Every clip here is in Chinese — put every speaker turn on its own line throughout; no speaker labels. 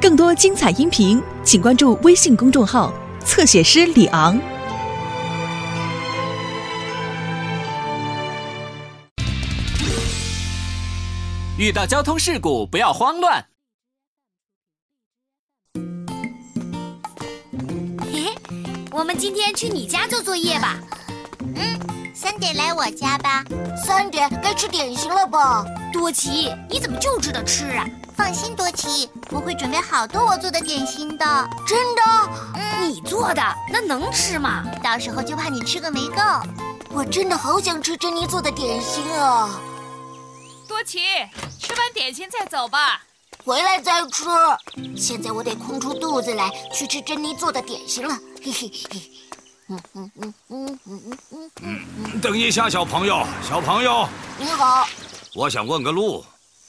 更多精彩音频，请关注微信公众号“侧写师李昂”。
遇到交通事故不要慌乱。
哎，我们今天去你家做作业吧。
嗯三点来我家吧，
三点该吃点心了吧？
多奇，你怎么就知道吃啊？
放心，多奇，我会准备好多我做的点心的，嗯
真的？你做的那能吃吗？
到时候就怕你吃个没够。
我真的好想吃珍妮做的点心啊！
多奇，吃完点心再走吧。
回来再吃。现在我得空出肚子来去吃珍妮做的点心了。 嘿嘿嘿。嗯嗯嗯嗯嗯嗯嗯嗯。
等一下，小朋友，小朋友，
你好，
我想问个路，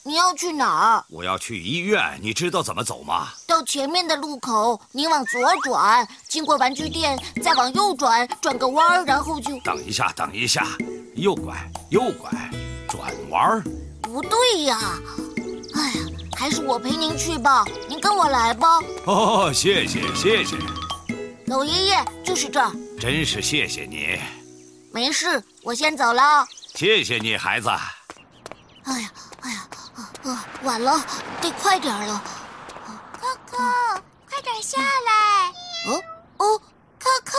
你要去哪儿？
我要去医院，你知道怎么走吗？
到前面的路口，你往左转，经过玩具店，再往右转，转个弯儿，然后就
等一下，等一下，右拐，右拐，转弯儿。
不对呀。哎呀，还是我陪您去吧，您跟我来吧。
哦，谢谢，谢谢，
老爷爷，就是这儿。
真是谢谢你，
没事，我先走了。
谢谢你，孩子。
哎呀，哎呀，啊、啊晚了，得快点儿了。
扣扣，呃快点下来！
哦哦，
扣扣，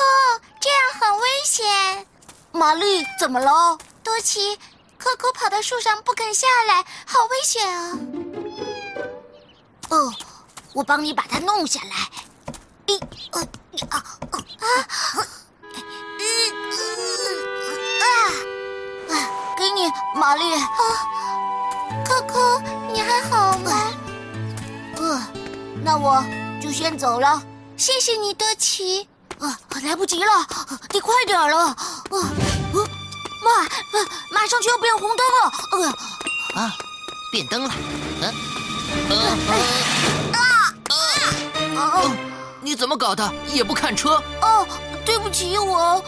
这样很危险。
玛丽，怎么了？
多奇，扣扣跑到树上不肯下来，好危险啊！
哦，我帮你把它弄下来。一，呃，啊啊啊！啊，给你，玛丽。
啊扣扣，你还好吗？
呃，那我就先走了。
谢谢你，多奇。
啊，来不及了，呃得快点儿了。啊，啊妈，啊马上就要变红灯了。
啊，变灯了。嗯、呃呃
呃，啊，
你怎么搞的？也不看车？
哦，对不起，我，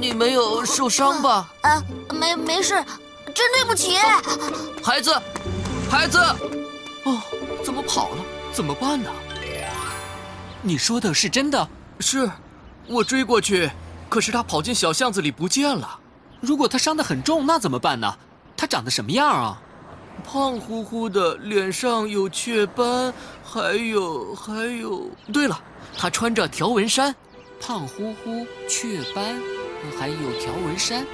你没有受伤吧，
啊，没没事，真对不起。
孩子？孩子？哦，怎么跑了？怎么办呢？
你说的是真的？
是，我追过去，可是他跑进小巷子里不见了，
如果他伤得很重，那怎么办呢？他长得什么样啊？
胖乎乎的，脸上有雀斑，还有还有。对了，他穿着条纹衫，
胖乎乎，雀斑，还有条纹衫。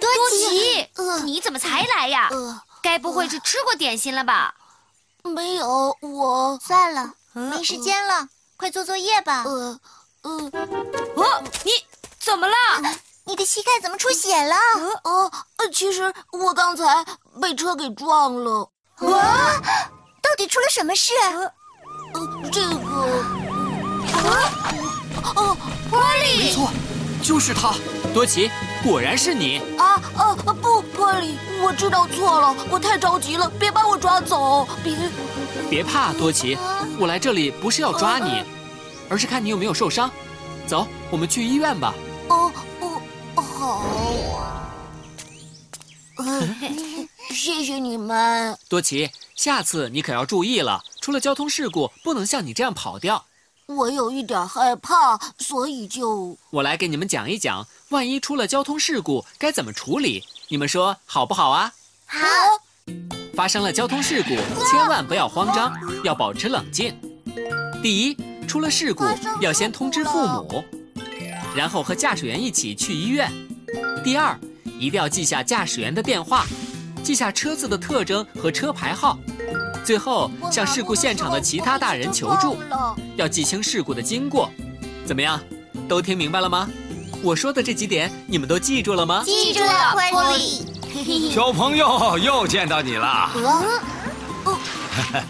多奇，
呃
你怎么才来呀？
呃，
该不会是吃过点心了吧？
没有，我，
算了，没时间了，快做作业吧。
呃，呃，
哦，你怎么了？
你的膝盖怎么出血了？
哦，呃其实我刚才被车给撞了。
哦
嗯
到底出了什么事？
呃，这个，呃哦
没错，就是他。
多奇，果然是你。
啊啊不，波利，我知道错了，我太着急了，别把我抓走，别。
别怕，多奇，我来这里不是要抓你，而是看你有没有受伤。走，我们去医院吧。
哦哦哦好，呃 谢谢你们。
多奇，下次你可要注意了，出了交通事故不能像你这样跑掉。
我有一点害怕，所以就
我来给你们讲一讲，万一出了交通事故该怎么处理，你们说好不好啊？
好。
发生了交通事故，千万不要慌张，要保持冷静。第一，出了事故
发生事故
要先通知父母，然后和驾驶员一起去医院。第二，一定要记下驾驶员的电话，记下车子的特征和车牌号。最后，向事故现场的其他大人求助。要记清事故的经过。怎么样，都听明白了吗？我说的这几点，你们都记住了吗？
记住了，
波
波
利
利。
嘿嘿嘿。
小朋友，又见到你了。
啊，哦，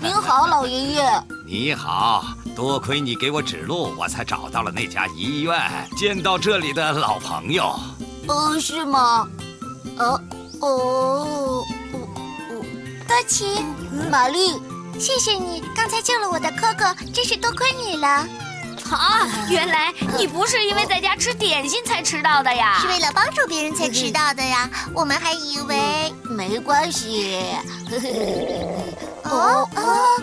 您好，老爷爷。
你好，多亏你给我指路，我才找到了那家医院，见到这里的老朋友。
呃，是吗？呃，
哦
哦，
呃多奇，
玛丽，
谢谢你刚才救了我的扣扣，真是多亏你了，
啊，原来你不是因为在家吃点心才迟到的呀？
是为了帮助别人才迟到的 呀。我们还以为……
没关系。
哦
哦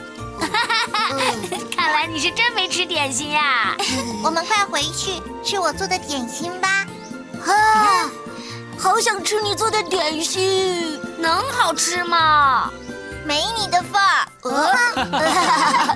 哦，
你是真没吃点心呀、
我们快回去吃我做的点心吧。
啊，好想吃你做的点心。
呃能好吃吗？
没你的份儿。
啊